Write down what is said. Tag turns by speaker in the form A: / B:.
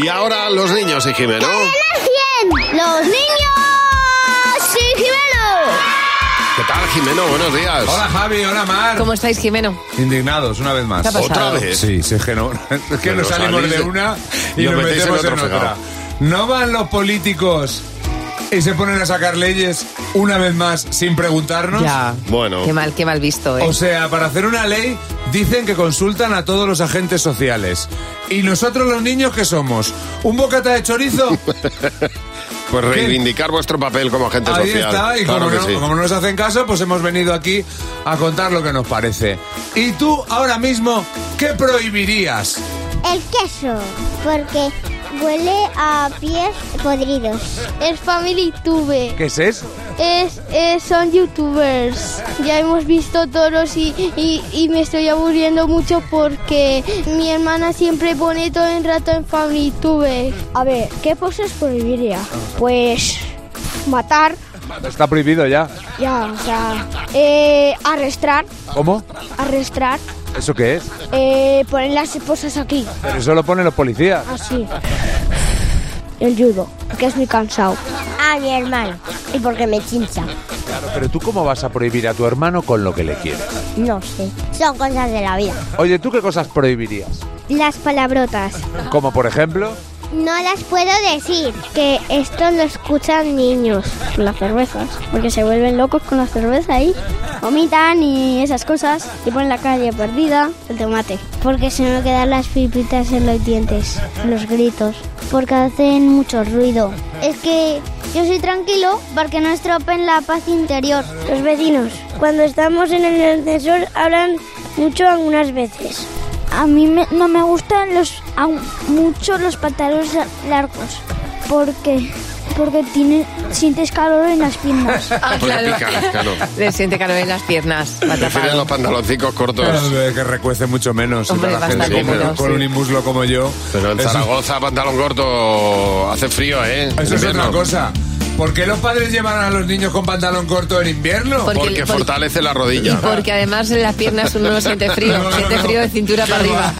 A: Y ahora los niños y Jimeno.
B: ¡Los niños! ¡Sí,
A: ¿Qué tal, Jimeno? Buenos días.
C: Hola Javi, hola Mar.
D: ¿Cómo estáis, Jimeno?
C: Indignados una vez más.
D: ¿Qué ha pasado?
A: ¿Otra vez?
C: Sí, sí, es que no, es que
A: Pero
C: nos salimos
A: salís
C: de
A: de-
C: una y
A: nos
C: nos
A: metéis en
C: metemos en
A: otro
C: otra.
A: fregado.
C: No van los políticos y se ponen a sacar leyes una vez más sin preguntarnos.
D: Ya.
A: Bueno.
D: Qué mal, qué mal visto, ¿eh?
C: O sea, para hacer una ley dicen que consultan a todos los agentes sociales. ¿Y nosotros los niños qué somos? ¿Un bocata de chorizo?
A: Pues reivindicar vuestro papel como agente
C: Ahí
A: social.
C: está, y
A: Claro
C: como,
A: que
C: no,
A: sí.
C: como no nos hacen caso, pues hemos venido aquí a contar lo que nos parece. ¿Y tú ahora mismo qué prohibirías?
B: El queso, porque huele a pies podridos.
E: Es Family Tube.
C: ¿Qué es eso?
E: Es, es- son youtubers. Ya hemos visto toros y, y- y me estoy aburriendo mucho porque mi hermana siempre pone todo el rato en Family Tube.
B: A ver, ¿qué poses prohibiría? Pues matar,
C: Está prohibido ya.
B: ya, o sea, eh, arrastrar,
C: ¿Cómo?
B: arrastrar,
C: ¿Eso qué es?
B: eh, poner las esposas aquí,
C: Pero eso lo ponen los policías.
B: así. El judo, que es muy cansado. A Ah, mi hermano, y porque me chincha.
C: Claro, pero tú cómo vas a prohibir a tu hermano con lo que le quieres.
B: No sé, son cosas de la vida.
C: Oye, ¿tú qué cosas prohibirías?
B: Las palabrotas.
C: Como por ejemplo...
B: No las puedo decir. Que esto lo escuchan niños.
E: Las cervezas, porque se vuelven locos con la cerveza ahí. Vomitan y esas cosas. Y ponen la calle perdida. El tomate.
B: Porque se me quedan las pipitas en los dientes. Los gritos. Porque hacen mucho ruido.
E: Es que yo soy tranquilo porque no estropen la paz interior. Los vecinos, cuando estamos en el ascensor, hablan mucho algunas veces.
B: A mí me- no me gustan los aún mucho los pantalones la- largos. Porque porque tiene, sientes calor en las piernas.
D: Ah,
A: Porque pica, claro.
D: Le siente calor en las piernas. va
A: Prefieren
D: atrapado.
A: los pantaloncicos cortos.
C: eh, Que recuece mucho menos.
D: Hombre,
C: la gente
D: bastante
C: con-
D: menos,
C: con
D: sí.
C: un inmuslo como yo.
A: Pero en
C: es-
A: Zaragoza, pantalón corto, hace frío, ¿eh? En
C: Eso es
A: invierno.
C: otra cosa. ¿Por qué los padres llevan a los niños con pantalón corto en invierno?
D: Porque-
A: Porque fortalece la rodilla.
D: Porque además en las piernas uno no siente frío.
C: No, no,
D: siente
C: no.
D: frío de cintura para
C: Qué
D: arriba.
C: va.